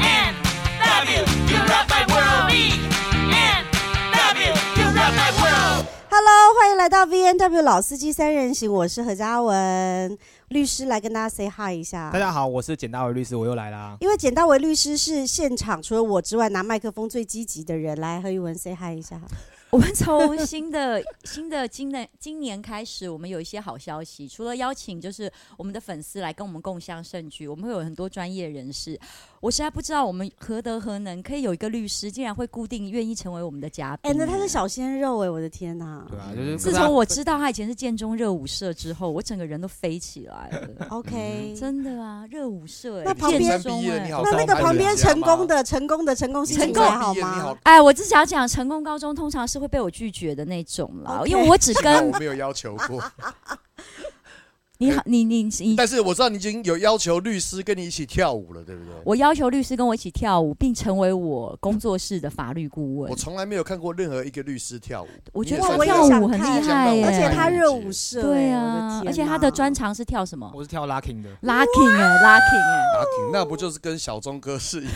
and W, you rock my world. B and W, you rock my world. Hello，欢迎来到 V N W 老司机三人行，我是何嘉文律师，来跟大家 say hi 一下。大家好，我是简大伟律师，我又来啦。因为简大为律师是现场除了我之外拿麦克风最积极的人，来何宇文 say hi 一下。我们从新的 新的今年今年开始，我们有一些好消息。除了邀请就是我们的粉丝来跟我们共襄盛举，我们会有很多专业人士。我实在不知道我们何德何能，可以有一个律师竟然会固定愿意成为我们的嘉宾。哎、那他是小鲜肉哎、我的天哪、对啊，就是自从我知道他以前是建中热舞社之后，我整个人都飞起来了。嗯 OK，、 真的啊，热舞社、哎那旁边建中哎、那那个旁边成功的、成功的、成功是成功才好吗？哎，我只想讲，成功高中通常是会被我拒绝的那种啦 OK 因为我只那 跟我没有要求过，你好，你你你但是我知道你已经有要求律师跟你一起跳舞了，对不对？我要求律师跟我一起跳舞，并成为我工作室的法律顾问我。从来没有看过任何一个律师跳舞，我觉得哇他我也跳舞想很看厉害耶，而且他哎热舞社、哎对我的啊，天而且他的专哪长是跳什么我是跳 locking 的， ？Locking 哎，Locking 哎。打挺那不就是跟小钟哥是一样？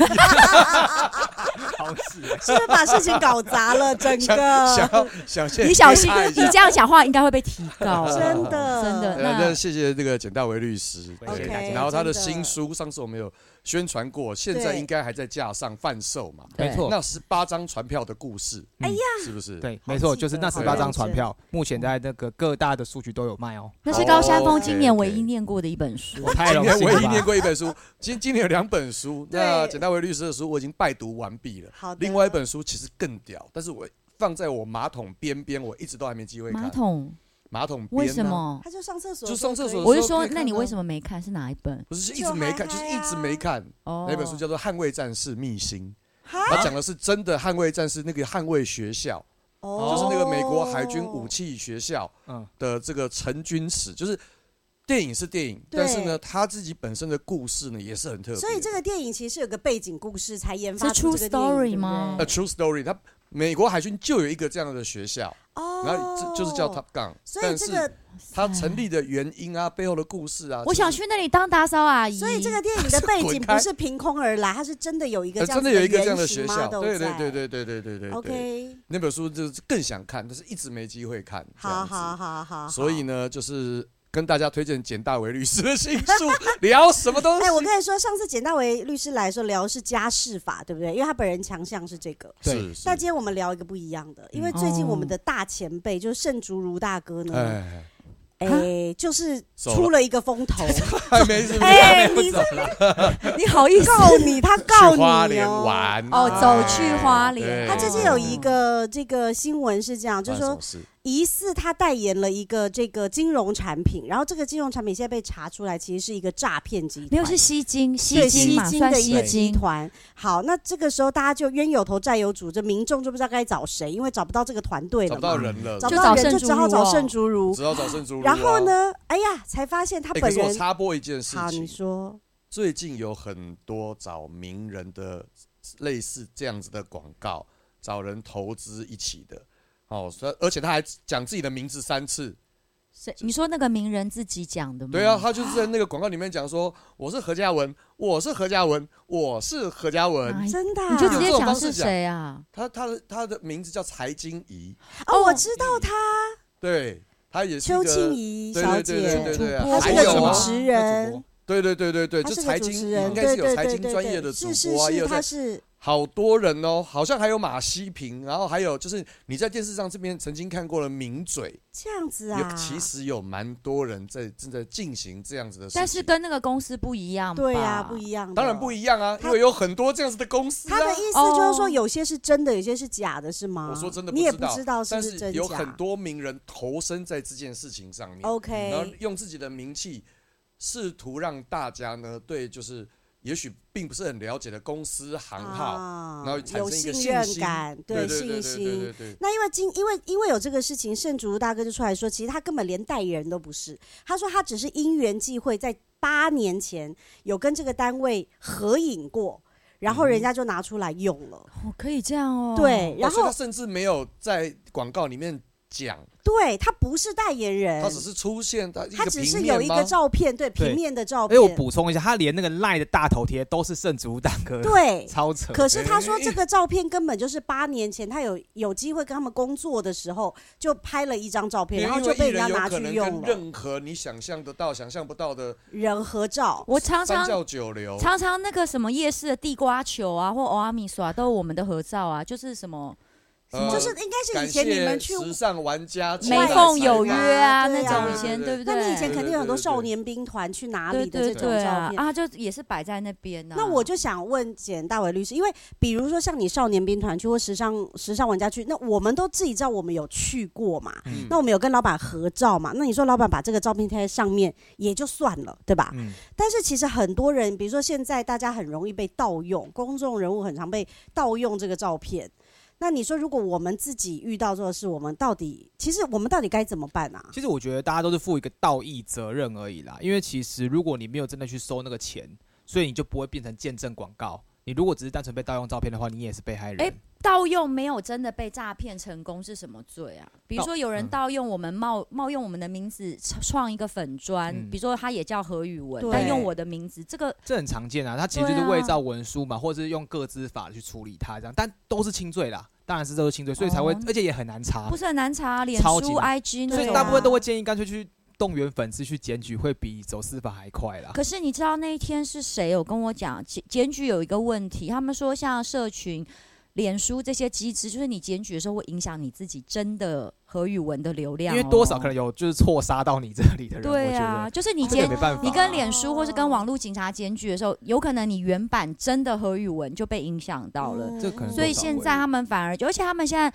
超市是不是把事情搞砸 了？整想想个要想现你小心，看你一下这样讲话应该会被 提告。真的真的。呃那那谢谢这个简大为律师， OK，对大家然后他的真的新书上次我们有宣传过，现在对应该还在架上贩售嘛。对没错那十八张船票的故事，哎呀，是不是？，哦对，没错，记就是得那好十八张认船真票，目前在那个各大的书局都有卖哦。那是高山哦峰，OK，今年唯 OK 一念过的一本书。我太今荣年幸唯一了念吧。过一本书，今今年有两本书，对那简大为律师的书我已经拜读完毕了。好的另外一本书其实更屌，但是我放在我马桶边边，我一直都还没机会看。马桶马桶边、啊、为什？么？他就上厕所就的时候上厕可所有的以时候我就说可以，看那你啊为什么没看？是哪一本？不是是一就直没嗨看，就是嗨一直啊哦没看。哦，那本书叫做《捍卫战士秘辛》，哈它讲的是真的捍卫战士那个捍卫学校，哦就是那个美国海军武器学校嗯，的这个成军史，就是。电影是电影，对但是呢，他自己本身的故事呢也是很特别。所以这个电影其实有个背景故事才研发是出这 true 个电影 story 对不对吗 A True Story，它美国海军就有一个这样的学校，哦，呃然后这就是叫 Top Gun，所以但这是个，它成立的原因啊，背后的故事啊，我想就是去那里当打扫阿姨。所以这个电影的背景滚不开 是凭空而来，它是真的有一个呃这样真子的有一个这样的原学型校， model 对对在对对对对对对对。 OK，那本书就是更想看，但是一直没机会看。这好样子好好好。所以好，呢，就是跟大家推荐简大为律师的新书，聊什么东西哎，？我跟你说，上次简大为律师来说聊的是家事法，对不对？因为他本人强项是这个。对是是那今天我们聊一个不一样的，嗯因为最近我们的大前辈就是盛竹如大哥呢，哎，哎，就是走出了一个 风头，还没是不是？哎，你这你好意思？告你，他告去花你莲哦。玩哦，走去花对莲。他最近有一个这个新闻是这样，就是啊说疑似他代言了一个这个金融产品，然后这个金融产品现在被查出来其实是一个诈骗集团，没有是吸金，吸对金吸嘛，金算的一吸个集金。团。好，那这个时候大家就冤有头债有主，这民众就不知道该找谁，因为找不到这个团队找了不到嘛，人了，找不就到找人就盛只竹好如找哦盛竹如。只好找圣主。然后？呢，哎呀，才发现他哎，本可是我人插播一件事好，你情，说最近有很多找名人的类似这样子的广告，找人投资一起的。哦，所以而且他还讲自己的名字三次。谁你说那个名人自己讲的吗？对啊，他就是在那个广告里面讲说：“我是何嘉文，我是何嘉文，我是何嘉文。哎真的啊、你就直有接这种讲方式是谁啊？他他的他的名字叫柴金怡，哦，我知道他对他也是一邱个庆仪对小对姐。对对对对啊，主他播还是个有啊主持人，对对对对对，他就是财个主经持人，应该对是有对财对经对专业的对，主是是播啊，也有是，在他是好多人哦，好像还有马西平，然后还有就是你在电视上这边曾经看过的名嘴，这样子啊有，其实有蛮多人在正在进行这样子的事情，但是跟那个公司不一样吧。对啊，不一样的，当然不样。一样啊，他因为有很多这样子的公司啊他。的意思就是说，哦有些是真的，有些是假的，是吗？我说真的不你也知不道知道是但不是真假。有很多名人投身在这件事情上面 OK 然后用自己的名气，试图让大家呢对就是也许并不是很了解的公司行号，啊然后产有生一个信信任心感，对对信对对对心对。对，那因为今因为因为有这个事情，盛竹大哥就出来说，其实他根本连代言人都不是。他说他只是因缘际会，在八年前有跟这个单位合影过，然后人家就拿出来用了。哦，可以这样哦。对，然哦所以后他甚至没有在广告里面讲，对他不是代言人他，只是出现他一他个只是平有面一吗个？照片，对对平面的照哎，我片，补充一下，他连那个赖的大头贴都是圣植物蛋哥，对。 超扯。可是他说这个照片根本就是八年前他有有机会跟他们工作的时候就拍了一张照片，因为然后就艺被人人家有拿可去能用跟了任何你想象得到、想象不到的人合照。我常三常教九流，常常那个什么夜市的地瓜球啊，或欧阿米耍都有我们的合照啊，就是什么什呃么就是应该是以前你们去感谢时尚玩家是美外凤景有约啊啊对那啊种以前对不那对？你以前肯定有很多对对对对少年兵团去哪对里的这对种对照啊片，啊，就也是摆在那边啊。那我就想问简大为律师，因为比如说像你少年兵团去或时尚时尚玩家去，那我们都自己知道我们有去过嘛，嗯那我们有跟老板合照嘛，那你说老板把这个照片贴在上面也就算了，对吧？嗯，但是其实很多人，比如说现在大家很容易被盗用，公众人物很常被盗用这个照片。那你说，如果我们自己遇到这个事，我们到底其实我们到底该怎么办啊？其实我觉得大家都是负一个道义责任而已啦，因为其实如果你没有真的去收那个钱，所以你就不会变成见证广告。你如果只是单纯被盗用照片的话，你也是被害人。哎盗用没有真的被诈骗成功是什么罪啊？比如说有人嗯盗用我们冒冒用我们的名字创创一个粉砖，嗯比如说他也叫何宇文对，但用我的名字，这个这很常见啊，他其实就对是啊伪造文书嘛，或者是用各资法去处理它这样，但都是轻罪啦，当然是都是轻罪，所以才会，哦而且也很难查不，是欸啊很难查，啊啊脸超级书、难 IG 所那以种。大部分都会建议干脆去动员粉丝去检举，会比走司法还快啦。可是你知道那一天是谁有跟我讲检检举有一个问题，他们说像社群、脸书这些机制，就是你检举的时候会影响你自己真的何宇文的流量因哦、为多少可能有就是错杀到你这里的人，我对觉啊，得就是你这个检也没办法。你跟脸书或是跟网络警察检举的时候，有可能你原版真的何宇文就被影响到了，这可能所以多少现会在他们反而，而且他们现在。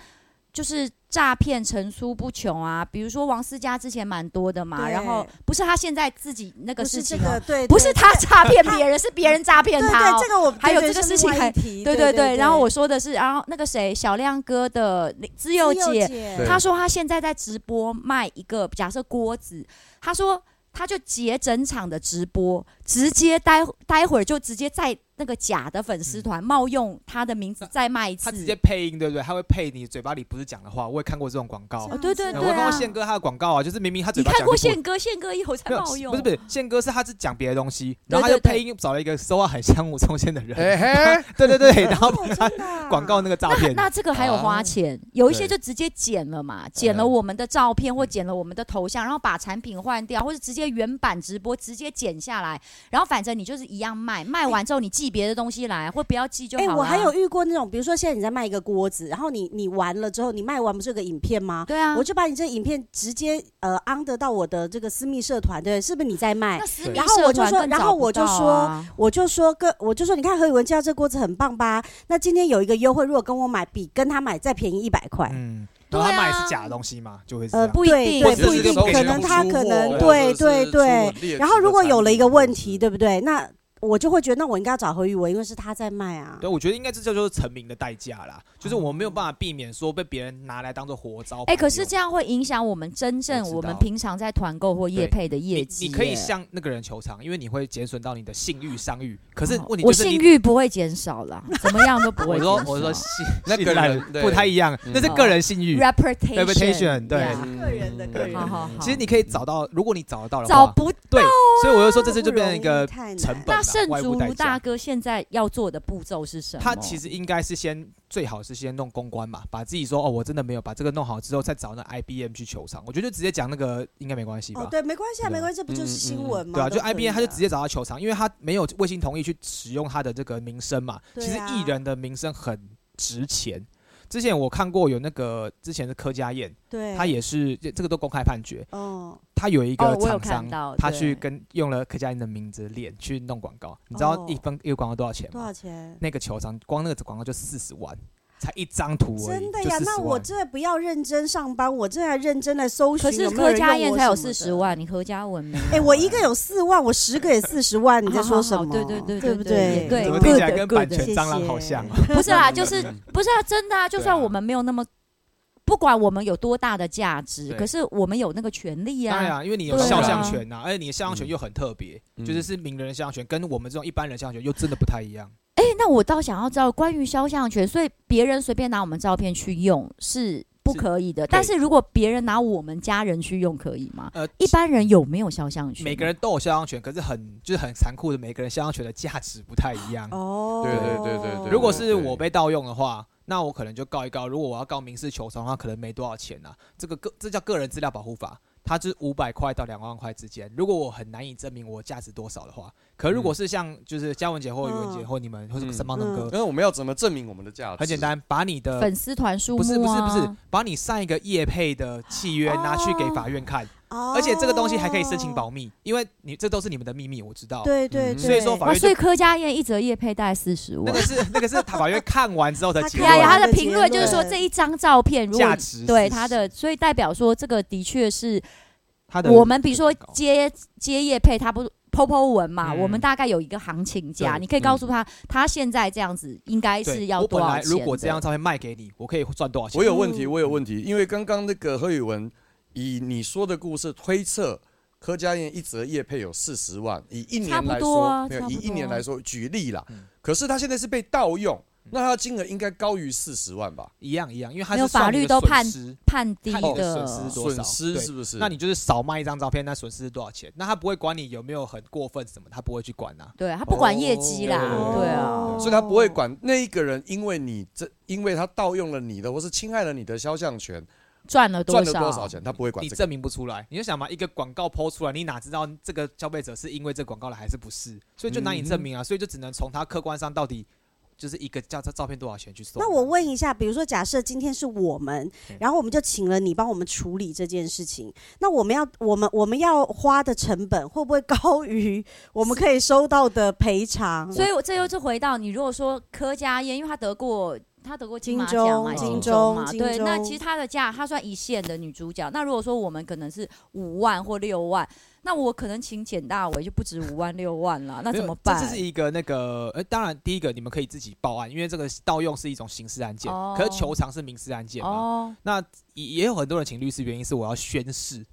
就是诈骗层出不穷啊，比如说王思佳之前蛮多的嘛，对然后不是他现在自己那不个是事这情、个哦，对，不是对他诈骗别人，是别人诈骗对他、哦对，这个我还有对这个是事情另外还一题对对对对，然后我说的是，然后那个谁，小亮哥的自自由由姐，对他说他现在在直播卖一个假设锅子，他说他就截整场的直播，直接待待会儿就直接在那个假的粉丝团冒用他的名字再卖一嗯次他，直接配音，对不对？他会配你嘴巴里不是讲的话，我也看过这种广告这哦样。对对子呃对我看啊过宪哥他的广告啊，就是明明他嘴你巴看讲过就不宪哥，宪哥也有在没有冒用，哦不是不是，宪哥是他是讲别的东西，然后他对就对对配音找了一个说话很像吴宗宪的人，哎嘿， 对对对，然后哦真的啊广告那个诈骗，那这个还有花钱，有一些对就直接剪了嘛，剪了我们的照片或剪了我们的头像，然后把产品换掉，或者直接原版直播直接剪下来，然后反正你就是一样卖，卖完之后你寄别的东西来，或不要寄就好哎、了。我还有遇过那种，比如说现在你在卖一个锅子，然后你你完了之后，你卖完不是有个影片吗？对啊，我就把你这影片直接呃 on 得到我的这个私密社团，对，是不是你在卖那？私密然后我就社团说更然找后不我就到说啊我就说跟我就说，你看何宇文介绍这锅子很棒吧？那今天有一个优惠，如果跟我买，比跟他买再便宜一百块。嗯，然后对他啊卖的是假的东西嘛，就会是这呃，样。不一对定对，或者不是一定，有可些能不他出可货能或者对是对出对。劣质然后的如果产有了一品个或者问是题，对不对？那我就会觉得，那我应该要找何宇文，因为是他在卖啊。对，我觉得应该这就就是成名的代价哦啦，就是我们没有办法避免说被别人拿来当做活招牌哎、用。可是这样会影响我们真正我知我们道平常在团购或对业配的业你绩你可以耶向那个人求偿，因为你会减损到你的信誉、商誉。可是哦问题我就是信你，誉不会减少了，怎么样 都不我会减少。说我说信那信个赖人对不太一样，嗯那是个人信誉。 reputation reputation，对 yeah 个人的个人好好好，其实你可以找到，如果你找得到的找话，不啊对，所以我就说啊不这次就变成一容易个太难成本那啦圣外部代竹价大哥现在要做的步骤是什么？他其实应该是先最好是先弄公关嘛，把自己说哦，我真的没有把这个弄好之后，再找那 IBM 去求偿。我觉得就直接讲那个应该没关系吧？哦，对，没关系啊，对啊没关系，这不就是新闻吗？对啊，就都可以 IBM 他就直啊接找他求偿，因为他没有未经同意去使用他的这个名声嘛。对其实啊艺人的名声很值钱。之前我看过有那个之前的柯佳燕，对，她也是这个都公开判决，哦，他有一个哦我有厂看商，到他对去跟用了柯佳燕的名字脸去弄广告，你知道哦一分、一个广告多少钱多吗少？钱？那个球场，光那个广告就四十万，才一张图而已，真的就呀？ 40那万我这不要认真上班，我这还认真来搜可寻是有没有柯人用我什么的。佳燕才有四十万，你何嘉 文没有？哎、我一个有四万，我十个也四十万，你在说什么？好好好对对对对不对对怎么 good，听起来跟 good，版权谢蟑螂好谢像 啊？不是啦，就是不是啊，真的啊，就对啊算我们没有那么，不管我们有多大的价值，对可是我们有那个权利当然啊。啊，因为你有对肖像啊权呐、而且你的肖像权又很特别，嗯就是是名人的肖像权，跟我们这种一般人肖像权又真的不太一样。哎，那我倒想要知道关于肖像权，所以别人随便拿我们照片去用是不可以的。但是如果别人拿我们家人去用，可以吗？呃，一般人有没有肖像权？每个人都有肖像权，可是很就是很残酷的，每个人肖像权的价值不太一样。哦，对对对对对如果是我被盗用的话，那我可能就告一告。如果我要告民事求偿的话，可能没多少钱啊。这个个这叫个人资料保护法，它是五百块到两万块之间。如果我很难以证明我价值多少的话，可如果是像就是嘉文姐或袁姐嗯或你们或者嗯三帮同哥，但是我们要怎么证明我们的价值？很简，单，把你的粉丝团数目、呃不啊、是不是不是，把你上一个业配的契约拿去给法院看，哦而且这个东西还可以申请保密，因为你这都是你们的秘密，我知道。对对对，所以说法哇，院就哦所以柯佳燕一折夜配大概四十那万个。是那个是法院看完之后的结对啊呀论呀，他他的评论就是说对这一张照片如果价值对40他的，所以代表说这个的确是他的我们比如说更高接接业配，他不。剖剖文嘛，嗯我们大概有一个行情价，对嗯你可以告诉他，他现在这样子应该对是要多我本少来钱的。如果这张照片卖给你，我可以赚多少钱？我有问题，嗯我有问题，因为刚刚那个何宇文以你说的故事推测。柯佳燕一则业配有四十万，以一年差来不多说，啊没有差以不多啊一年来说，举例啦。嗯可是他现在是被盗用，那他的金额应该高于四十万吧？一样一样，因为他没有是算法你律的都损判失判低看你的的损失多少损失对是不是？那你就是少卖一张照片，那损失是多少钱？那他不会管你有没有很过分什么，他不会去管啊。对他不管业绩啦，哦对啊，所以他不会管那一个人，因为你这，因为他盗用了你的，或是侵害了你的肖像权，赚了赚多了少？多少钱，他不会管你这个。证明不出来，你就想嘛，一个广告抛出来，你哪知道这个消费者是因为这广告来还是不是？所以就难以证明嗯啊，所以就只能从他客观上到底就是一个叫这照片多少钱去啊算。那我问一下，比如说，假设今天是我们嗯，然后我们就请了你帮我们处理这件事情，那我们要我们我们要花的成本会不会高于我们可以收到的赔偿？所以我这又就回到你，如果说柯佳燕，因为她得过她得过金马金奖嘛，钟金金钟钟嘛，金对，钟那其实她的价她算一线的女主角。那如果说我们可能是五万或六万，那我可能请简大为就不止五万六万了，那没有怎么办这？是一个那个，呃，当然第一个你们可以自己报案，因为这个盗用是一种刑事案件，哦可是求偿是民事案件嘛。哦，那也也有很多人请律师，原因是我要宣誓，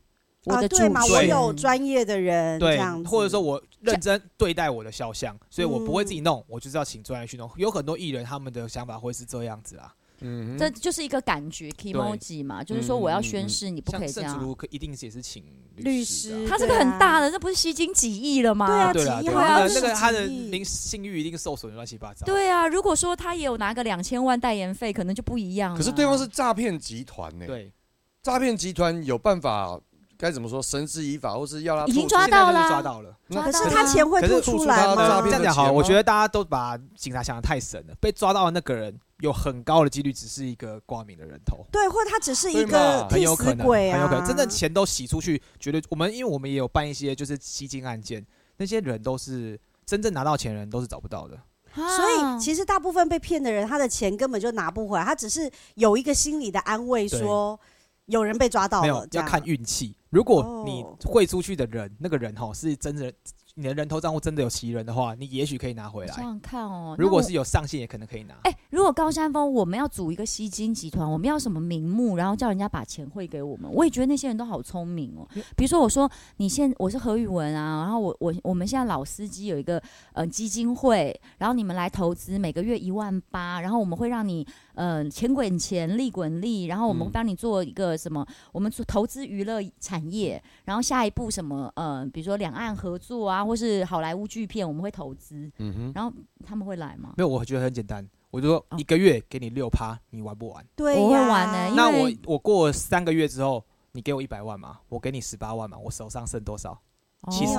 我啊，的对主嘛，持我人有专业的人嗯这对样，子，或者说我认真对待我的肖像，所以我不会自己弄，我就是要请专业去弄。有很多艺人他们的想法会是这样子啊，嗯这就是一个感觉 k m o j i 嘛，就是说我要宣誓，你不可像以这盛竹样。如可一定也是请律师师的啊，他这个很大的，这不是吸金几亿了吗？对啊对啦，几对亿啦啊那个那这是个他的几亿名信誉一定受损得乱七八糟。对啊，如果说他也有拿个两千万代言费，可能就不一样了。可是对方是诈骗集团呢，对，诈骗集团有办法该怎么说，绳之以法，或是要他已经做抓现在到就是啦抓到了。抓可到是啦他钱会可是吐吐出出他来的诈吗骗这？样的讲好，钱我吗觉得大家都把警察想的太神了。被抓到的那个人有很高的几率只是一个挂名的人头，对，或他只是一对嘛个很替有可死能，鬼很啊，有可能，真的钱都洗出去，绝对我们因为我们也有办一些就是吸金案件，那些人都是真正拿到钱的人都是找不到的。所以实其实大部分被骗的人，他的钱根本就拿不回来，他只是有一个心理的安慰，对说有人被抓到没了有，这要样看运气。如果你哦汇出去的人，那个人哈是真人，你的人头账户真的有其人的话，你也许可以拿回想来。想看哦，如果那我是有上限，也可能可以拿。哎、如果高山峰，我们要组一个吸金集团，我们要什么名目，然后叫人家把钱汇给我们？我也觉得那些人都好聪明哦。比如说，我说你现我是何宇文啊，然后我我我们现在老司机有一个呃基金会，然后你们来投资，每个月一万八，然后我们会让你呃钱滚钱，利滚利，然后我们嗯帮你做一个什么，我们做投资娱乐产业，然后下一步什么呃，比如说两岸合作啊，或是好莱坞巨片，我们会投资，嗯哼， 然后他们会来吗？没有，我觉得很简单，我就说哦嗯一个月给你六趴，你玩不玩？对我会呀玩呢因为那我我过三个月之后，你给我一百万嘛，我给你十八万嘛，我手上剩多少？没有72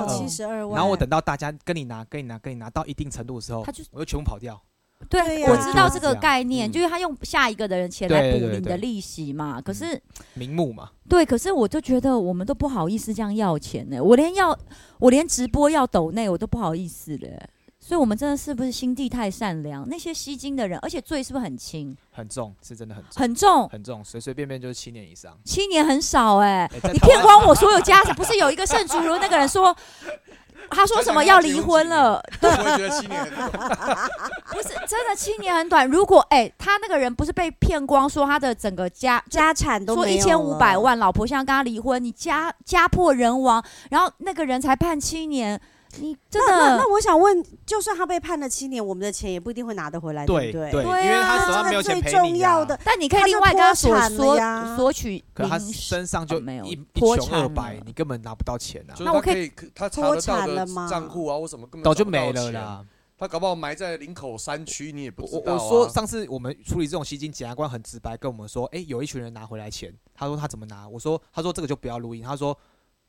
哦七十二万，然后我等到大家跟你拿，跟你拿，跟你拿到一定程度的时候他，就是我就全部跑掉。对对，我呀知道就是这个这样概念，嗯就是他用下一个的人钱对来对补你对嗯的利息嘛。可是，名目嘛，对，可是我就觉得我们都不好意思这样要钱呢，我连要我连直播要抖内我都不好意思嘞。所以，我们真的是不是心地太善良？那些吸金的人，而且罪是不是很轻很重，是真的很重，很重？很重，随随便便就是七年以上。七年很少哎、哎在你台湾骗光我所有家产。不是有一个盛竹如那个人说，他说什么要离婚了？我也觉得七年很短不是真的七年很短。如果哎、他那个人不是被骗光，说他的整个家嗯家产都说没一有千五百了，万，老婆现在跟他离婚，你家家破人亡，然后那个人才判七年，你那真那的那我想问，就算他被判了七年，我们的钱也不一定会拿得回来，不对对，因对啊为他手这上没有个钱最赔重你要啊的，，但你可以他就另外跟他破索产了索呀索取可是他民事身上就哦没有一一脱穷产二白了，你根本拿不到钱啊就是， 那我他可以可以他查得脱到产了的吗账户啊，我怎么根本早就找不到没了钱啦。他搞不好埋在林口山区，你也不知我道、啊、我说上次我们处理这种吸金，检察官很直白跟我们说，哎、有一群人拿回来钱，他说他怎么拿，我说他说这个就不要录音，他说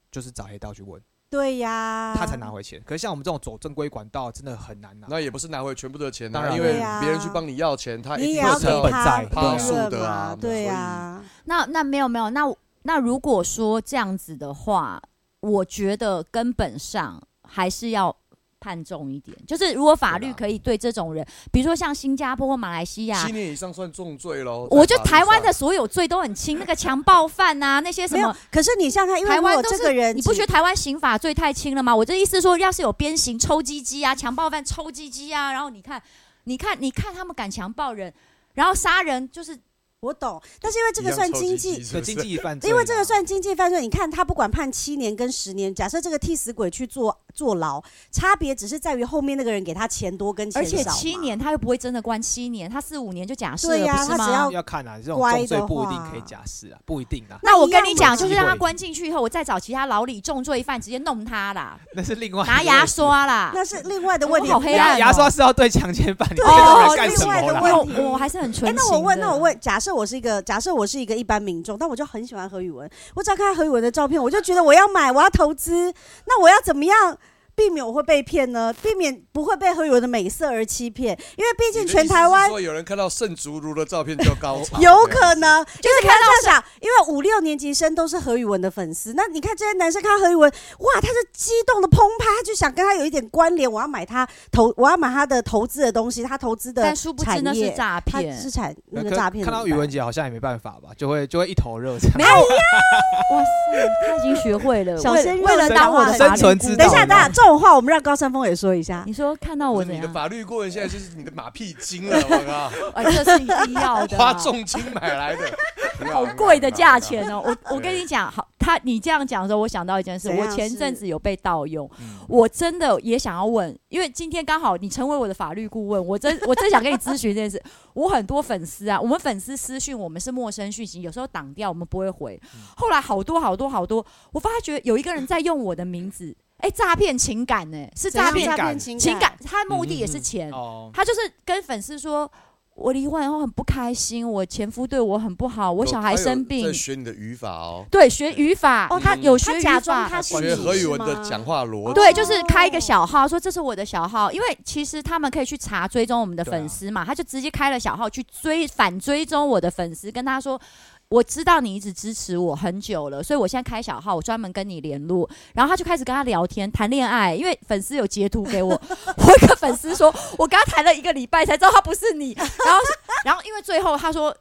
就是找黑道去问，对呀，他才拿回钱。可是像我们这种走正规管道，真的很难拿。那也不是拿回全部的钱当啊，然因为对啊别人去帮你要钱，他你一也定要会给成本要他在趴数的啊嘛对所以呀，那那没有没有，那我那如果说这样子的话，我觉得根本上还是要判重一点。就是如果法律对啦可以对这种人，比如说像新加坡或马来西亚七，年以上算重罪喽。我在就法律台湾的上所有罪都很轻，那个强暴犯啊，那些什没有呃么。。可是你想想看，因为台如湾果都这是个人你不只觉得台湾刑法罪太轻了吗？我这意思是说，要是有鞭刑、抽鸡鸡啊、强暴犯抽鸡鸡啊，然后你看，你看，你看他们敢强暴人，然后杀人，就是我懂，但是因为这个算经一济样抽，对筋经济犯啊罪啦，因为这个算经济犯罪。你看他不管判七年跟十年，假设这个替死鬼去坐坐牢，差别只是在于后面那个人给他钱多跟钱而少且嘛。七年他又不会真的关七年，他四五年就假释对了，呀不是他吗？只要要看啊，这种乖重罪的不一定话可以假释啊，不一定啊，那我跟一你样嘛讲，就是机会让他关进去以后，我再找其他牢里重罪犯直接弄他 啦，那是另外拿一个牙问题。刷啦。那是另外的问题。我好黑暗哦牙牙刷是要对强奸犯，你对这个啊人干另什外么的啦？问我题我还是很纯哎、情的。那我问，那我问，假设我是一个，假设我是一个一般民众，但我就很喜欢何宇文，我只要看到何宇文的照片，我就觉得我要买，我要投资，那我要怎么样？避免我会被骗呢，避免不会被何宇文的美色而欺骗，因为毕你的竟意思全台是湾，说有人看到盛竹如的照片就高潮 有可能，就是是看到想，因为五六年级生都是何宇文的粉丝，那你看这些男生看到何宇文，哇，他就激动的澎湃，他就想跟他有一点关联，我要买他投，我要买他的投资的东西，他投资的但殊不知产那是业，诈他骗。是产那个可诈骗怎看么办。到宇文杰好像也没办法吧，就会就会一头热这样。没有哇塞，他已经学会了，小为鲜肉为了生当我的活法生律存顾之问道等一下，等一下，这种话我们让高山峰也说一下。啊你说看到不我是怎你的样？法律顾问现在就是你的马屁精了，我靠。啊，这是一定要的花啦。重啊金买来的，好贵的价钱哦！我我跟你讲，好，他你这样讲的时候，我想到一件事，怎样我前阵子有被盗用嗯，我真的也想要问，因为今天刚好你成为我的法律顾问，我真我真想跟你咨询这件事。我很多粉丝啊，我们粉丝私讯我们是陌生讯息，有时候挡掉我们不会回。嗯后来好多好多好多，我发觉有一个人在用我的名字，哎，诈骗情感呢、是诈骗怎样情情感，他的目的也是钱。哦，他就是跟粉丝说。我离婚以后很不开心，我前夫对我很不好，我小孩生病哦在，学你的语法哦，对，学语法，嗯哦他有学他语假法，装他是学你何宇文是的吗讲话逻辑。对，就是开一个小号，说这是我的小号，因为其实他们可以去查追踪我们的对啊粉丝嘛，他就直接开了小号去追反追踪我的粉丝，跟他说。我知道你一直支持我很久了，所以我现在开小号，我专门跟你联络。然后他就开始跟他聊天、谈恋爱，因为粉丝有截图 给我。我一个粉丝说，我跟他谈了一个礼拜才知道他不是你。然后，然后因为最后他说，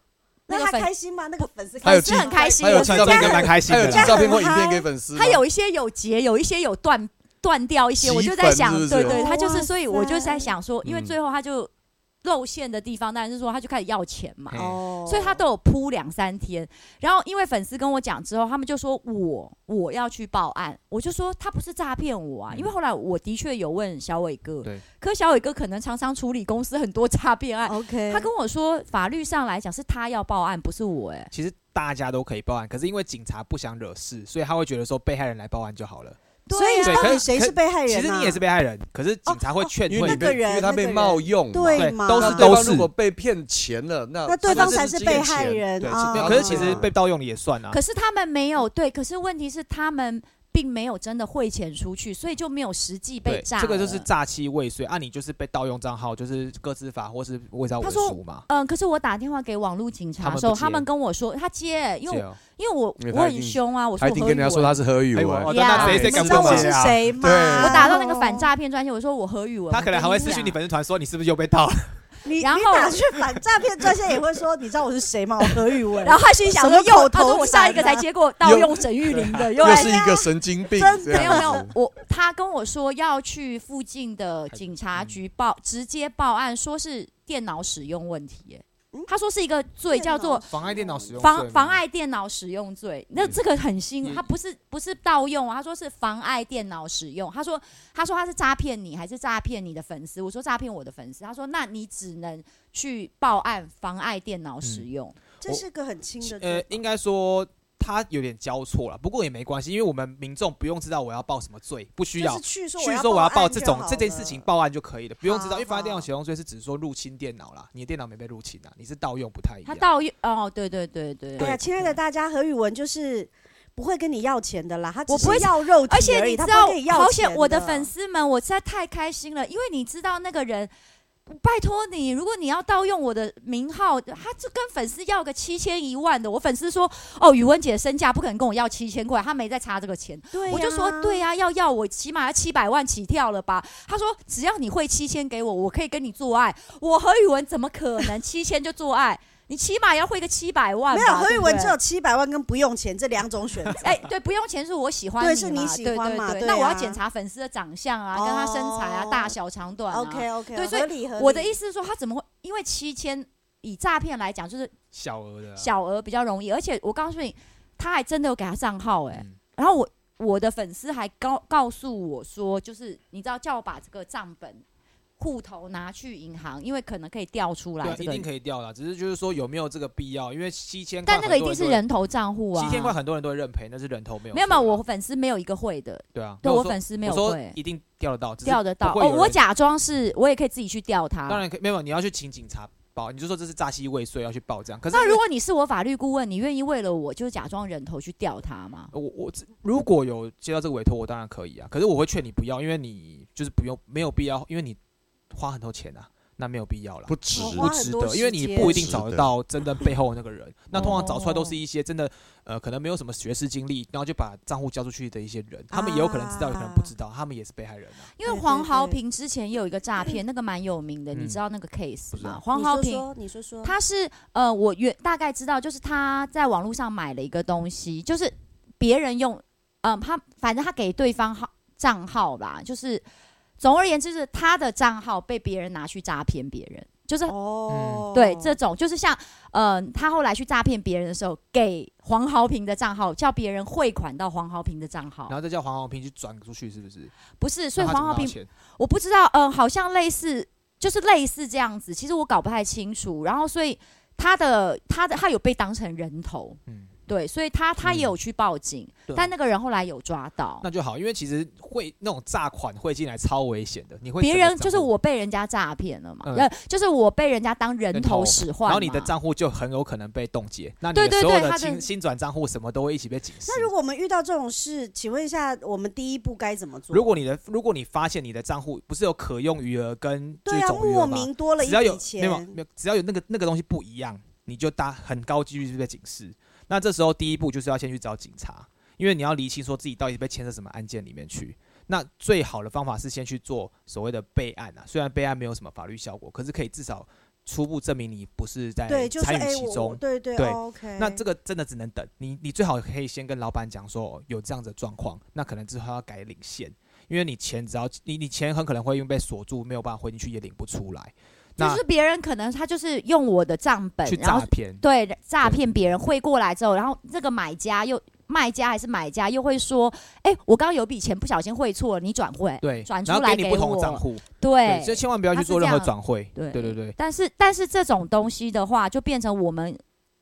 那那个他粉开心吗？那个粉丝他有心记是很开心他的，有这记样照片应该蛮跟开心他有的寄啦。照片或影片给粉丝吗，他有一些有结，有一些有断断掉一些，极我就在想粉是，不是对对，他就哇是，塞所以我就在想说，因为嗯最后他就露馅的地方，当然是说他就开始要钱嘛，嗯嘿哦所以他都有铺两三天。然后因为粉丝跟我讲之后，他们就说我我要去报案，我就说他不是诈骗我啊，嗯因为后来我的确有问小伟哥对，可小伟哥可能常常处理公司很多诈骗案， OK，他跟我说法律上来讲是他要报案，不是我哎、其实大家都可以报案，可是因为警察不想惹事，所以他会觉得说被害人来报案就好了。对所以啊对到可底是谁是被害人、啊？哦其实你也是被害人，可是警察会劝因退为你你。那个被人因为他被冒用嘛，对嘛？都那是对方都是如果被骗钱了，那那对方那才就是是被骗害钱。人对，啊。可是其实被盗用的也算啊可。是他们没有对，可是问题是他们并没有真的汇钱出去，所以就没有实际被对，诈了。这个就是诈欺未遂啊，你就是被盗用账号，就是个资法或是伪造文他说书嘛。嗯，可是我打电话给网络警察他们不的时候，接他们跟我说他接，因为对我哦因为我因为我他已很经凶啊，我说他一我定何跟宇人家说文他是何宇哎文，我哦呀那谁你谁你敢知不道敢我接是啊？谁吗？对我打到那个反诈骗专线，我说我何宇文，他我可能跟还会你私讯你讲粉丝团说你是不是又被盗了？你然后你打去反诈骗专线也会说，你知道我是谁吗？我何宇文。然后他心想什说么口又，他头说我下一个禅啊才接过盗又用沈玉玲的，又又来是一个神经病，真这没有样没子 有，我他跟我说要去附近的警察局报，直接报案，说是电脑使用问题、耶他说是一个罪，嗯电叫做脑妨碍电脑使用罪妨吗嗯妨碍电脑使用罪，那这个很新，他不是不是盗用哦，他说是妨碍电脑使用。他说他说他是诈骗你，还是诈骗你的粉丝？我说诈骗我的粉丝。他说那你只能去报案妨碍电脑使嗯用。这是个很轻的呃罪，，应该说它有点交错了，不过也没关系，因为我们民众不用知道我要报什么罪，不需就要是。去说去说我要报报这种这件事情报案就可以了，不用知道，好因为妨碍电脑好使用罪是指说入侵电脑啦，你的电脑没被入侵啊，你是盗用不太一他样。盗用哦，对对对对嗯对呀，亲爱的大家，何宇文就是不会跟你要钱的啦，他只我不会是要肉体 而且而你已知他道不会跟你，要好钱险我的粉丝们，我实在太开心了，因为你知道那个人，拜托你，如果你啊要盗用我的名号，他就跟粉丝要个七千一万的。我粉丝说，哦，宇文姐身价不可能跟我要七千块，他没在差这个钱。对呀，我就说，对呀、要要我起码要七百万起跳了吧？他说，只要你汇七千给我，我可以跟你做爱。我和宇文怎么可能七千就做爱？你起码要汇个七百万吧。没有何对宇不文对只有七百万跟不用钱这两 种选择。 哎、对，不用钱是我喜欢对嘛是你喜欢嘛对对对那我要啊检查粉丝的长相啊，跟他身材啊、哦大小、长短啊。 OK OK，对所以合理合理。我的意思是说，他怎么会？因为七千以诈骗来讲，就是小额的啊，小额比较容易，而且我告诉你，他还真的有给他账号哎、嗯然后我我的粉丝还告告诉我说，就是你知道叫我把这个账本。户头拿去银行，因为可能可以调出对来啊，这一个定，可以调啦，只是就是说有没有这个必要，因为七千块但很多人那个一都会，定是人头账户啊。七千块，很多人都会认赔，那是人头没有没有没有，错啊我粉丝没有一个会的，对啊，对那我说粉丝没有我会。说一定调得到，只是钓得到不会哦。有人我啊假装是我也可以自己去钓它。当然可以，没有你要去请警察报，你就说这是诈欺未遂要啊去报这样。可是那因为如果你是我法律顾问，你愿意为了我就假装人头去钓它吗？我我只如果有接到这个委托，我当然可以啊。可是我会劝你不要，因为你就是不用没有必要，因为你花很多钱啊，那没有必要了。不值我。不哦花值很得，多因为你时间不一定是找得的到真的背后的那个人。那通常找出来都是哦一些真的，呃，可能没有什么学士经历，然后就把账户交出去的一些人，啊他们也有可能知道，有可能不知道，他们也是被害人啊。因为对黄对豪对平之前也有一个诈 骗，那个蛮有名的，你嗯知道那个 case 不知吗道？黄你豪说平说你说说，他是呃，我原大概知道，就是他在网络上买了一个东西，就是别人用，嗯、他反正他给对方号账号啦，就是总而言之，是他的账号被别人拿去诈骗别人，就是哦，对，这种就是像，嗯、他后来去诈骗别人的时候，给黄豪平的账号，叫别人汇款到黄豪平的账号然，后再叫黄浩平去转出去，是不是？不是，所以那他怎黄么豪拿平钱我不知道，嗯、好像类似，就是类似这样子，其实我搞不太清楚。然后所以他的他的他有被当成人头，嗯对，所以他他也有去报警，对啊但那个人后来有抓到。那就好，因为其实会那种诈款会进来超危险的，你会别整个人就是账户，我被人家诈骗了嘛，嗯呃，就是我被人家当人人头头使唤嘛，然后你的账户就很有可能被冻结，那你对对的所有对他的的新新转账户什么都会一起被警示。那如果我们遇到这种事，请问一下，我们第一步该怎么做？如果你的如果你发现你的账户不是有可用余额跟就对是啊，总余莫额吗？名多了一只要有笔没有钱，没有，只要有那个那个东西不一样，你就大很高几率是被警示。那这时候第一步就是要先去找警察，因为你要厘清说自己到底被牵涉什么案件里面去。那最好的方法是先去做所谓的备案啊，虽然备案没有什么法律效果，可是可以至少初步证明你不是在对，就是参哎与其我，我中。对哦对对 o k 那这个真的只能等你，你最好可以先跟老板讲说、哦有这样的状况，那可能之后要改领现，因为你钱只要你你钱很可能会因为被锁住，没有办法汇进去也领不出来。就那是别人可能他就是用我的账本去，然后诈骗，对诈骗别人汇过来之后，然后这个买家又卖家还是买家又会说，哎、我刚刚有笔钱不小心汇错了，你转汇，对，转出然后来给给你不同我的账户，对，所以千万不要它去是做任这何样转汇，对对对对，但是但是这种东西的话，就变成我们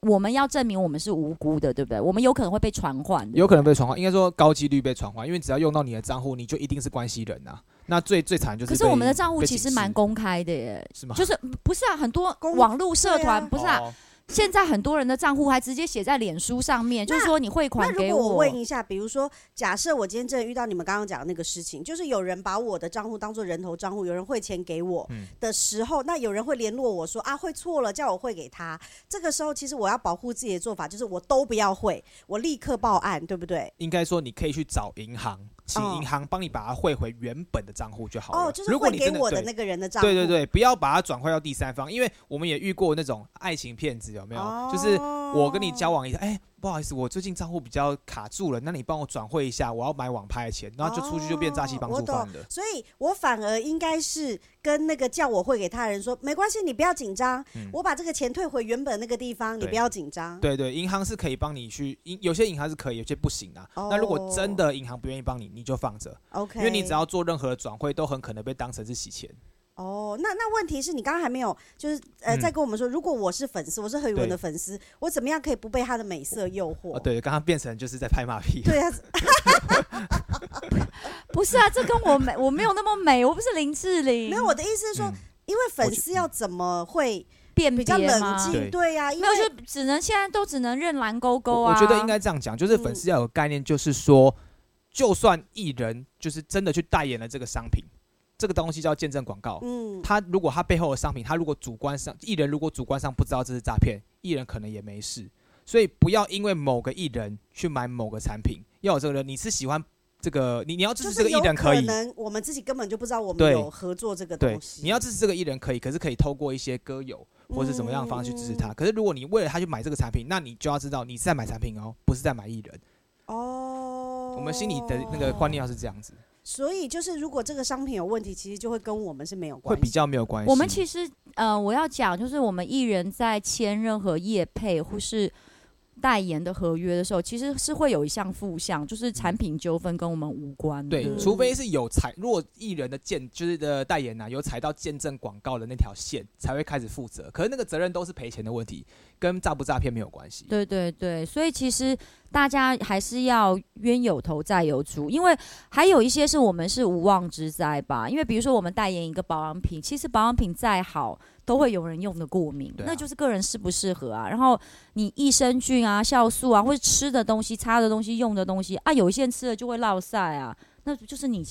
我们要证明我们是无辜的，对不对？我们有可能会被传唤的，有可能被传唤，应该说高几率被传唤，因为只要用到你的账户，你就一定是关系人呐、啊那最最惨就是被，可是我们的账户被其实警示蛮公开的耶。是吗？就是不是啊？很多公网络社团、对啊不是啊？哦现在很多人的账户还直接写在脸书上面，就是说你汇那款如给果我我问一下，比如说，假设我今天真的遇到你们刚刚讲的那个事情，就是有人把我的账户当做人头账户，有人汇钱给我嗯的时候，那有人会联络我说啊汇错了，叫我汇给他。这个时候，其实我要保护自己的做法就是我都不要汇，我立刻报案，对不对？应该说你可以去找银行，请哦银行帮你把它汇回原本的账户就好了。哦，就是如果汇你给真的我对的那个人的账户，对对对，不要把它转换到哦第三方，因为我们也遇过那种爱情骗子，有没有？就是我跟你交往一下，哎，不好意思，我最近账户比较卡住了，那你帮我转汇一下，我要买网拍的钱，然后就出去就变诈欺帮哦我助懂犯的。所以我反而应该是跟那个叫我汇给他人说，没关系，你不要紧张，嗯我把这个钱退回原本那个地方，你对不要紧张。对对，银行是可以帮你去，银有些银行是可以，有些不行啊。哦那如果真的银行不愿意帮你，你就放着， ，OK，因为你只要做任何的转汇，都很可能被当成是洗钱。哦，那那问题是你刚刚还没有，就是呃，嗯在跟我们说，如果我是粉丝，我是何宇文对的粉丝，我怎么样可以不被他的美色诱惑？哦，嗯对，刚刚变成就是在拍马屁。对啊， 不是啊，这跟我没我没有那么美，我不是林志玲，没有我的意思是说，嗯因为我粉觉丝要怎么会辨比别较冷吗？静？对对呀、啊，因没有，为就只能现在都只能认蓝勾勾我啊。我觉得应该这样嗯讲，就是粉丝要有个概念，就是说，就算艺人就是真的去代言了这个商品，这个东西叫见证广告。嗯，他如果他背后的商品，他如果主观上，艺人如果主观上不知道这是诈骗，艺人可能也没事。所以不要因为某个艺人去买某个产品，要有这个人，你是喜欢这个，你你要支就持这是个艺有人可以，能我们自己根本就不知道我们对有合作这个对东，西。你要支持这个艺人可以，可是可以透过一些歌友或是什么样的方式去支持他。嗯可是如果你为了他去买这个产品，那你就要知道你是在买产品哦，不是在买艺人。哦，我们心里的那个观念要是这样子，所以就是，如果这个商品有问题，其实就会跟我们是没有会关系。比较没有关系。我们其实，呃，我要讲就是我们艺人在签任何业配或是代言的合约的时候，其实是会有一项负项，就是产品纠纷跟我们无关的。对，除非是有踩，如果艺人的见就是的代言呐、有踩到见证广告的那条线，才会开始负责。可是那个责任都是赔钱的问题，跟诈不诈骗没有关系。对啊对对，所以其实大家还是要冤有头债有主，因为还有一些是我们是无妄之灾吧。因为比如说我们代言一个保养品，其实保养品再好，都会有人用的过敏，对啊那就是个人适不适合啊。然后你益生菌啊、酵素啊，或者吃的东西、擦的东西、用的东西啊，有一些人吃了就会落晒啊，那就是你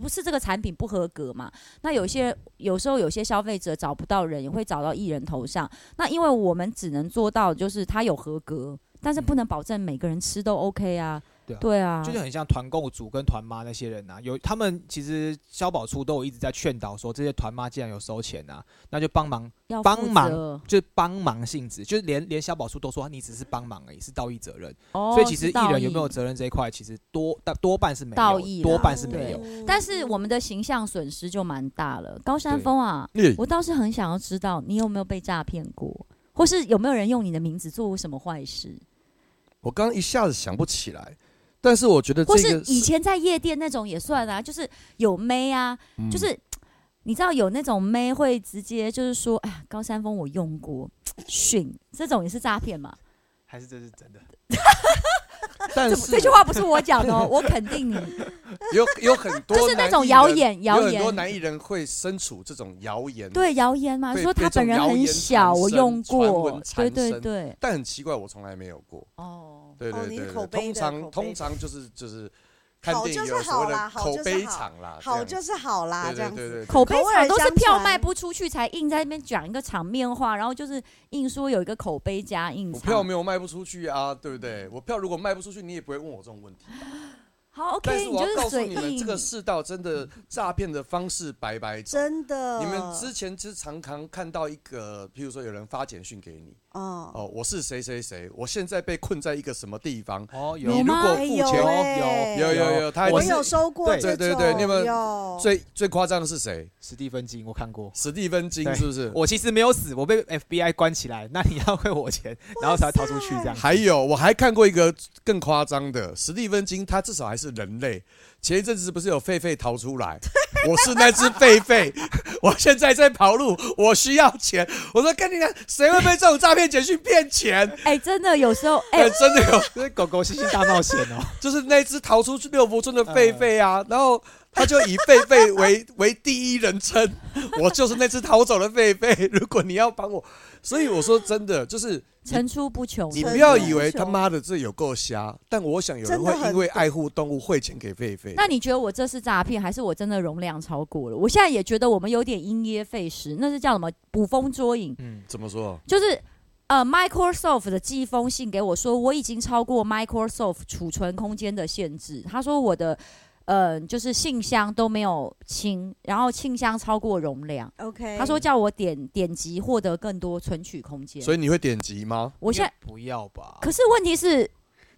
不是这个产品不合格嘛？那有些有时候有些消费者找不到人，也会找到艺人头上。那因为我们只能做到就是他有合格，但是不能保证每个人吃都 OK 啊。嗯对啊对啊，就是很像团购组跟团妈那些人呐、有他们其实消保处都有一直在劝导说，这些团妈既然有收钱呐、那就帮忙，要帮负责忙就是帮忙性质，就是连连消保处都说你只是帮忙而已，是道义责任。哦，所以其实是艺道人有义没有责任这一块，其实多大多半是没道义有，啦多半是对没有。但是我们的形象损失就蛮大了。高山对峰啊，耶我倒是很想要知道你有没有被诈骗过，或是有没有人用你的名字做过什么坏事，我刚刚一下子想不起来，但是我觉得这或个是以前在夜店那种也算啊，就是有妹啊，嗯就是。你知道有那种妹会直接就是说，哎呀，高山峰我用过，训这种也是诈骗嘛？还是这是真的？但这是这句话不是我讲的哦，我肯 定你，有有很多就是那男种艺人谣，言，谣有很多言，男艺人会身处这种谣言，，对谣言嘛，被说被他这种本人谣很言小，缠我身用传闻过，对缠对身对，但很奇怪，我从来没有过。哦，对哦对你对，是口对碑通的常口碑通常就是就是看好电影就是有所谓好啦的好口就是碑好场啦，好就是是好啦，对这样对子。对对对，口碑口耳场都是相票传卖不出去，才硬在那边讲一个场面话，然后就是硬说有一个口碑加我硬场。票没有卖不出去啊，对不嗯对？我票如果卖不出去，你也不会问我这种问题。好但 OK，是我要就告是诉嘴你们，硬。这个世道真的诈骗的方式百百种。真的，你们之前其实常常看到一个，譬如说有人发简讯给你，哦，哦，我是谁谁谁，我现在被困在一个什么地方，哦，有你如吗果哎付呦钱，喂有有有他我我是有收过对这种，对对对你们有最最夸张的是谁？史蒂芬金，我看过。史蒂芬金对是不是？我其实没有死，我被 FBI 关起来，那你要汇我钱，然后才逃出去这样。还有，我还看过一个更夸张的，史蒂芬金，他至少还是人类。前一阵子不是有狒狒逃出来？我是那只狒狒， 我现在在跑路，我需要钱。我说跟你讲，谁会被这种诈骗简讯骗钱？哎、真的有时候，哎、哎，真的有，这是狗狗星星大冒险哦，就是那只逃出去六福村的狒狒啊，然后他就以狒狒为为第一人称，我就是那只逃走的狒狒。如果你要帮我，所以我说真的，就是层出不穷。你真不的要很以为他凶妈的这有够瞎，但我想有人真的会很因为爱护动物汇钱给狒狒。那你觉得我这是诈骗，还是我真的容量超过了？我现在也觉得我们有点因噎废食，那是叫什么捕风捉影？嗯，怎么说？就是呃，Microsoft 的寄一封信给我说，我已经超过 Microsoft 储存空间的限制。他说我的。呃，就是信箱都没有清，然后信箱超过容量。 OK，他说叫我点点击获得更多存取空间，所以你会点击吗？我现在应该不要吧？可是问题是，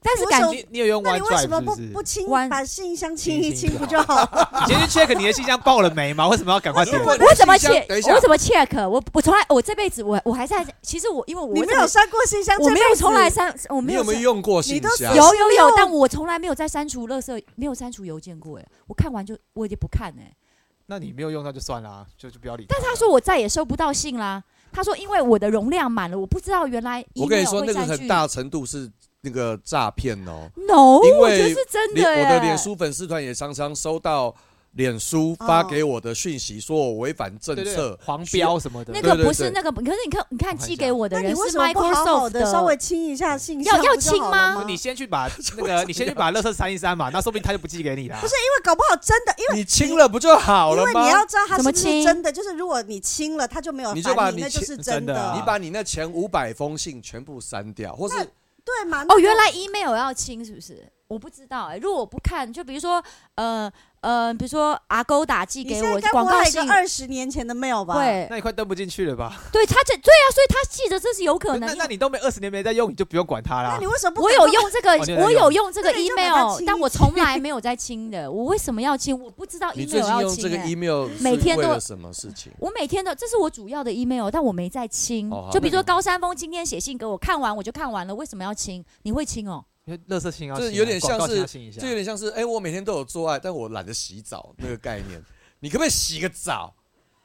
但是为感什觉么你你有用那你为什么 OneDrive 不是不不是？清弯把信箱清清一一清清不就就好了？你先去 check 你的信箱爆了没吗？为什么要赶快点？我怎么信箱等一 check？下我怎么 check？我我从来我这辈子我我还在，其实我因为我你没怎么有删过信箱，我这没辈有子从来删，我你没有有删没有用过信你箱都？有有有， 16但我从来没有在删除垃圾，没有删除邮件过哎，我看完就我已经不看哎。那你没有用那就算了啊，就就不要理。但是他说我再也收不到信啦，他说因为我的容量满了，我不知道原来我跟你说， email 那个会占很据大程度是那个诈骗哦。 no，因为我觉得是真的欸连我耶的脸书粉丝团也常常收到脸书发给我的讯息，说我违反政对对策，黄标什么的，那对个对不是对那个，可是你看你我看看一寄下给我的那人你为是什么不好好 Microsoft 的稍微清一下信箱要要不就清好了吗你先去把那个，你先去把乐色删一删嘛，那说不定他就不寄给你啦。不是因为搞不好真的，因为你清了不就好因了为吗你？要知道它是不怎么是清真的，就是如果你清了，它就没有你就烦把你，你那就清是真的啊你把你那前五百封信全部删掉，或是对嘛？哦，那原来 email 要清是不是？我不知道哎、如果我不看，就比如说呃呃，比如说阿勾打寄你给现在我该不广会告还有一信个，二十年前的 mail 吧？，对那你快登不进去了吧？对，他这对啊，所以他记得这是有可能那因为那你都没二十年没在用，你就不用管它那啦你。为什么不我赶有快用这个哦你，有我用有用这个那你就把它 email，清一但我从来没有在清的。我为什么要清？我不知道 你最 email 近要用这清、个欸。 email 是每天为都了什么事情？我每天都，这是我主要的 email，但我没在清。哦好就比如那说你高山峰今天写信给我，看完我就看完了，为什么要清？你会清啊哦？因为乐色信要这清啊有点广告像信要是清一下这有点像是，哎、我每天都有做爱，但我懒得洗澡那个概念。你可不可以洗个澡？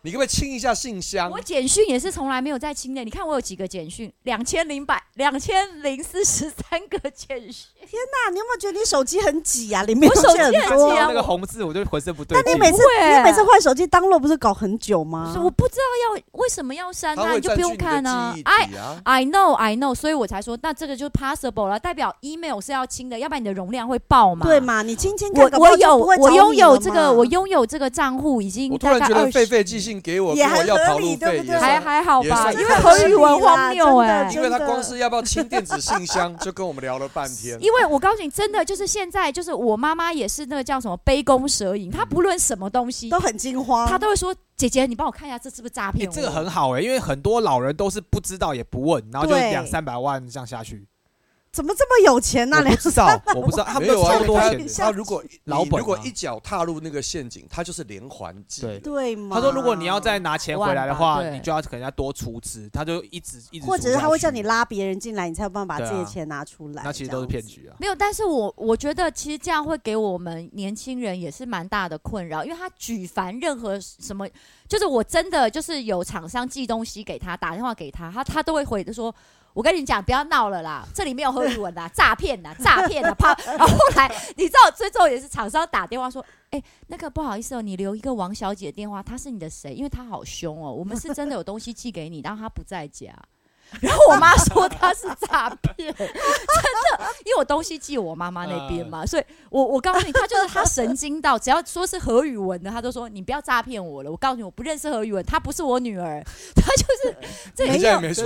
你可不可以清一下信箱我？简讯也是从来没有在清的。你看我有几个简讯？两千零百两千零四十三个简讯。那你有没有觉得你手机很挤啊？里面我东手西机很很挤多啊那个红字我就浑身不对那劲。你每次不会你每次换手机当落不是搞很久吗所以？我不知道要为什么要删啊它它，会啊你就占据不用你的看啊记忆。哎，体啊。 I know, I know，所以我才说，那这个就是 possible 了，代表 email 是要清的，要不然你的容量会爆嘛。对？嘛？你今天看我搞不好我就有不会我找拥你有了这嘛个，我拥有这个账户已经我突大然概觉得二狒十，狒寄信给我，也跟我很要合跑理路对费不也对还算还好也吧，算因为很何合宇理文啊啦真荒谬的哎、因为他光真是要不要清电子信箱，就跟我们聊了半天。因为我告诉你，真的就是现在，就是我妈妈也是那个叫什么杯弓蛇影，她不论什么东西，都很惊慌。她都会说：“姐姐，你帮我看一下，这是不是诈欸骗我？”这个很好哎，因为很多老人都是不知道也不问，然后就对两三百万这样下去。怎么这么有钱啊呢？我梁不知道，我不知道他没们都有啊，超因为多他钱的。他如果老你本如果啊一脚踏入那个陷阱，他就是连环计。对对嘛？他说，如果你要再拿钱回来的百话，万吧对你就要可能要多出资，他就一直一直。或者是他会叫你，拉别人进来，你才有办法把对啊自己的钱拿出来。那其实都是骗这样子。局啊。没有，但是我我觉得其实这样会给我们年轻人也是蛮大的困扰，因为他举凡任何什么，就是我真的就是有厂商寄东西给他，打电话给他，他他都会回说。我跟你讲，不要闹了啦，这里没有何语文啦，诈骗啦，诈骗啦，啪！然后后来你知道，最重也是厂商打电话说，哎、那个不好意思哦，你留一个王小姐的电话，她是你的谁？因为她好凶 哦，我们是真的有东西寄给你，但她不在家。 然后我妈说她是诈 骗，因为我东西寄我妈妈那边嗯嘛，所以我我告诉你，他就是他神经到，只要说是何宇文的，他都说你不要诈骗我了。我告诉你，我不认识何宇文，她不是我女 儿，她就是这人没家也有，没说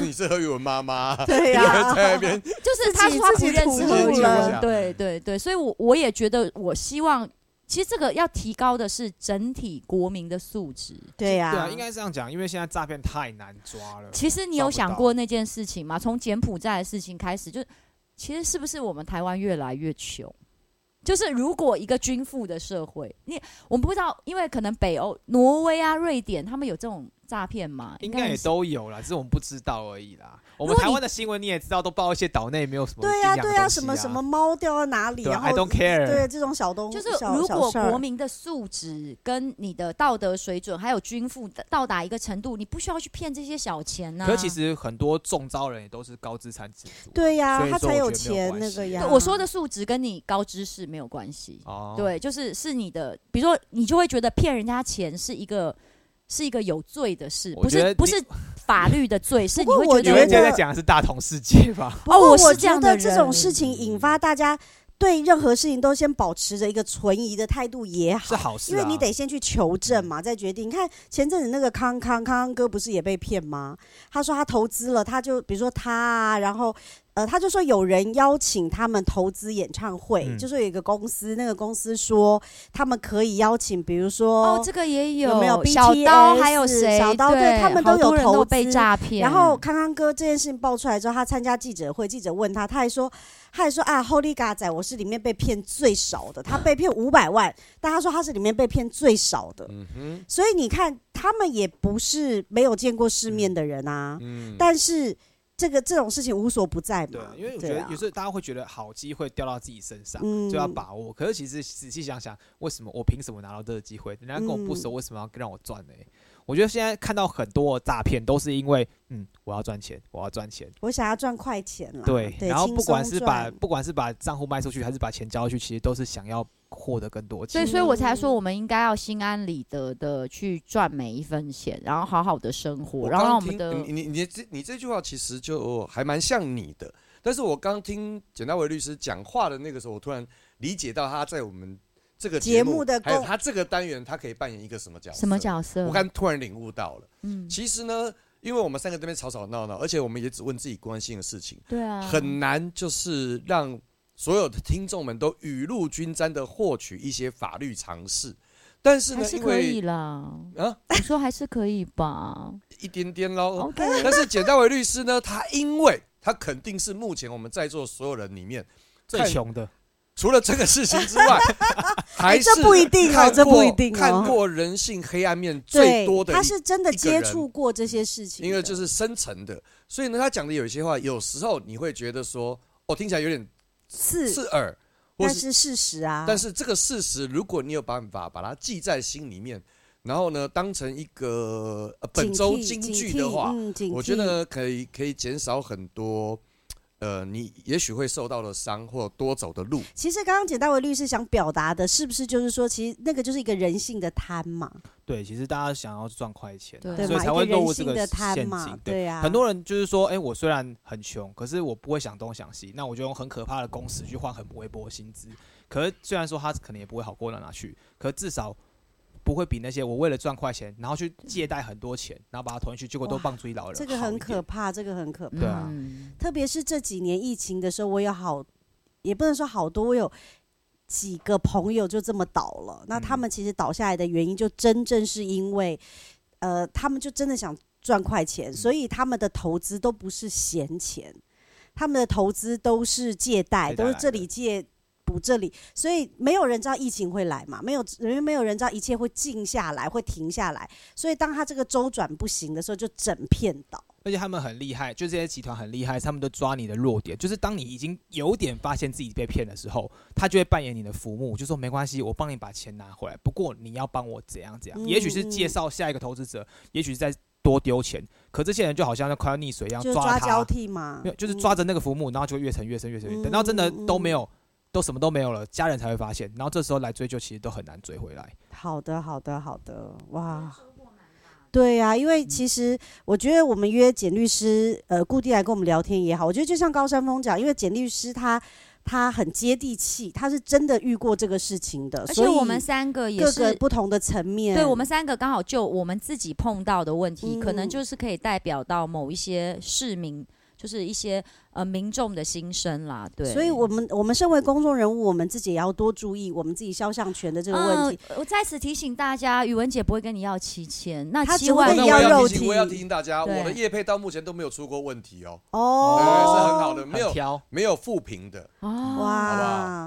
你是何宇文妈啊妈， 对你还呀，在那边就是他说他不认识何自己宇吐露文了，对对对，所以我我也觉得，我希望其实这个要提高的是整体国民的素质。对呀，对啊，应该这样讲，因为现在诈骗太难抓了。其实你有想过那件事情吗？从柬埔寨的事情开始，就是其实是不是我们台湾越来越穷？就是如果一个均富的社会，你我们不知道，因为可能北欧、挪威啊、瑞典，他们有这种诈骗吗？应该也是都有啦，只是我们不知道而已啦。我如们果台你湾的新闻你也知道，都报一些岛内没有什么对营呀，养的对东呀，西什么什么啊，猫掉到哪里，对然啊，I 后 don't care。对这种小东就是小如小果事儿国民的素质跟你的道德水准，还有均富到达一个程度，你不需要去骗这些小钱呐、啊可是其实很多中招人也都是高资产指数。对呀所，以他说才我有觉得没有钱关那系个对呀。我说的素质跟你高知识没有关系。哦，对，就是是你的，比如说你就会觉得骗人家钱是一个是一个有罪的事，我不觉得是不你是法律的罪，是你不过会我觉你得们觉现得在讲的是大同世界 吧？哦，不过是这觉样得的这种人事情嗯引发大家对任何事情都先保持着一个存疑的态度也好是。好事、因啊，为你得先去求证嘛，再决定。你看前阵子那个康康康康哥不是也被骗吗？他说他投资了，他就比如说他啊，然后呃，他就说有人邀请他们投资演唱会，嗯就说有一个公司，那个公司说他们可以邀请，比如说，哦，这个也有没有小 BTS 刀还有谁？小刀对他们都好多有人投被资诈骗，然后康康哥这件事情爆出来之后，他参加记者会，记者问他，他还说，他还说啊，Holy God 仔，我是里面被骗最少的，他被骗五百万，但他说他是里面被骗最少的。嗯哼，所以你看，他们也不是没有见过世面的人啊，嗯，但是这个这种事情无所不在对嘛，，因为我觉得啊有时候大家会觉得好机会掉到自己身上，嗯就要把握。可是其实仔细想想，为什么我凭什么拿到这个机会？人家跟我不嗯熟，为什么要让我赚呢？我觉得现在看到很多诈骗都是因为，嗯，我要赚钱，我要赚钱。我想要赚快钱啦，对，啊对，然后轻不管松是把赚不管是把账户卖出去，还是把钱交出去，其实都是想要获得更多所钱。以，所以嗯我才说，我们应该要心安理得的去赚每一分钱，然后好好的生活，然后让我们的你你你这你这句话其实就还蛮像你的，但是我刚听简大为律师讲话的那个时候，我突然理解到他在我们这个节目目的还有功他这个单元，他可以扮演一个什么角色？什么？角色？我刚突然领悟到了，嗯，其实呢，因为我们三个这边吵吵闹闹，而且我们也只问自己关心的事情，对啊，很难就是让所有的听众们都雨露均沾的获取一些法律常识。但是还呢，是因可以为啦。啊哦我说还是可以吧。一点点喽， OK， 但是简大为律师呢，他因为他肯定是目前我们在座所有人里面，最看穷的， 除了这个事情之 外，还是这不一定哦看过这不一定哦看过人性黑暗面对最多的一他是真的一个接人触过这些事情的，因为就是深层的，所以呢，他讲的有一些话，有时候你会觉得说，哦，听起来有点刺，刺耳，或但是是事实啊，但是这个事实，如果你有办法把它记在心里面，然后呢，当成一个、呃、本周金句的话，警惕嗯我觉，得可以可以减少很多，呃，你也许会受到的伤或多走的路。其实刚刚简大为律师想表达的，是不是就是说，其实那个就是一个人性的贪嘛，对，其实大家想要赚快钱啊、对对所以嘛，才一个会落人入这性个的陷贪嘛阱，。对，对啊，很多人就是说，哎、我虽然很穷，可是我不会想东想西，那我就用很可怕的工时去换很微薄的薪资。可是虽然说他可能也不会好过到哪去，可至少不会比那些我为了赚快钱，然后去借贷很多钱，然后把它囤进去，结果都哇帮助一老人，这个很可。怕，这个很可怕，对啊嗯特别是这几年疫情的时候，我有好，也不能说好多，我有。几个朋友就这么倒了，那他们其实倒下来的原因，就真正是因为，呃，他们就真的想赚快嗯钱，所以他们的投资都不是闲钱，他们的投资都是借贷，借贷都是来这的里借补这里，所以没有人知道疫情会来嘛，没有，因为没有人知道一切会静下来，会停下来，所以当他这个周转不行的时候，就整片倒。而且他们很厉害，就这些集团很厉害，他们都抓你的弱点，就是当你已经有点发现自己被骗的时候，他就会扮演你的浮木，就说没关系，我帮你把钱拿回来，不过你要帮我怎样怎样，嗯也许是介绍下一个投资者，也许是再多丢钱，可这些人就好像快要溺水一样就抓抓他交，替嘛没有，就是抓着那个浮木，然后就越沉越深越沉越嗯深，等到真的嗯都没有，都什么都没有了，家人才会发现，然后这时候来追究，其实都很难追回来。好的，好的，好的，哇。对呀、因为其实我觉得我们约简律师，呃，固定来跟我们聊天也好，我觉得就像高山峰讲，因为简律师他他很接地气，他是真的遇过这个事情的，而所且以我们三个也各个是。不同的层面，对我们三个刚好就我们自己碰到的问题，可能嗯就是可以代表到某一些市民，就是一些呃民众的心声啦。对，嗯所以我们我们身为公众人物，我们自己也要多注意我们自己肖像权的这个问题。呃我再次提醒大家，宇文姐不会跟你要七千，那她七只会万跟那你我呃要肉要提体醒，我要提醒大家，对我的业配到目前都没有出过问题哦，哦，哎是很好的，没很有挑，没有负评的。啊好不哇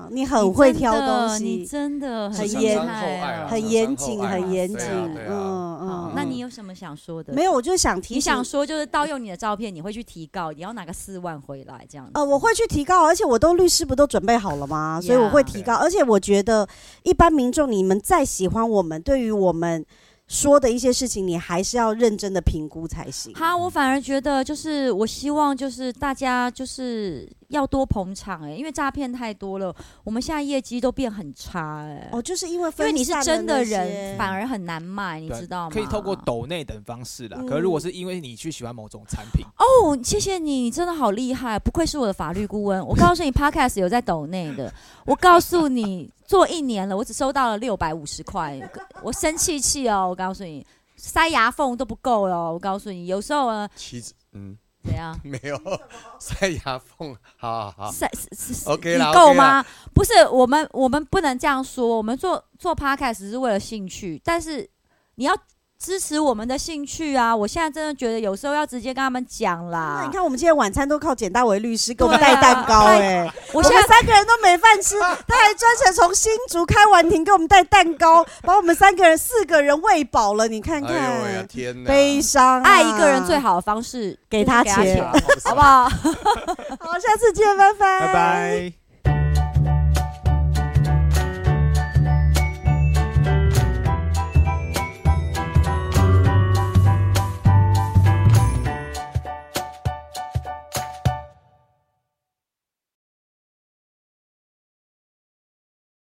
好，你你很会真挑的东你西，真的很厉严害啊很很严很谨，后爱啊很严谨，对啊嗯对啊好嗯，那嗯你有什么想说的？没有，我就想提你醒想说就是盗用你的照片，你会去提告，你要拿个四万回来这样子。呃，我会去提高，而且我都律师不都准备好了吗？所以我 Yeah 会提高，而且我觉得一般民众，你们再喜欢我们，对于我们说的一些事情，你还是要认真的评估才行。哈，我反而觉得就是我希望就是大家就是要多捧场哎、因为诈骗太多了，我们现在业绩都变很差哎、哦，就是因为因分为你是散了真的那些人，反而很难卖，你对啊知道吗？可以透过抖内等方式啦。可是如果是因为你去喜欢某种产品，哦，谢谢你，你真的好厉害，不愧是我的法律顾问。我告诉你，Podcast 有在抖内的，我告诉你，做一年了，我只收到了六百五十块，我生气气哦，我告诉你。塞牙缝都不够哦，我告诉你，有时候呢，妻子，嗯，怎样？没有 塞牙缝，好好好，塞是是是 OK 你啦够 OK 啦吗？不是，我们我们不能这样说。我们做做 podcast 只是为了兴趣，但是你要支持我们的兴趣啊！我现在真的觉得有时候要直接跟他们讲那啦你。看，我们今天晚餐都靠简大为律师给我们对啊带蛋糕、对哎，我们现在三个人都没饭吃，他还专程从新竹开完庭给我们带蛋糕，把我们三个人、四个人喂饱了。你看看，哎呦喂呀，天哪！悲伤、啊爱一个人最。好的方式给就是他给他钱钱，好不好？好，下次见，拜拜，拜。拜。